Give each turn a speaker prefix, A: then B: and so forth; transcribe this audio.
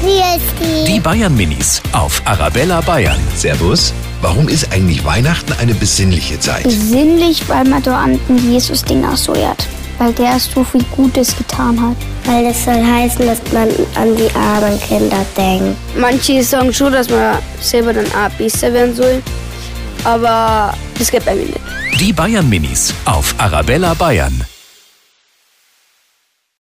A: Christi.
B: Die Bayern Minis auf Arabella Bayern.
C: Servus. Warum ist eigentlich Weihnachten eine besinnliche Zeit?
D: Sinnlich, weil man da an den Jesus den assoziiert, weil der so viel Gutes getan hat.
E: Weil es soll heißen, dass man an die armen Kinder denkt.
F: Manche sagen schon, dass man selber dann auch besser werden soll, aber das geht bei mir nicht.
B: Die Bayern Minis auf Arabella Bayern.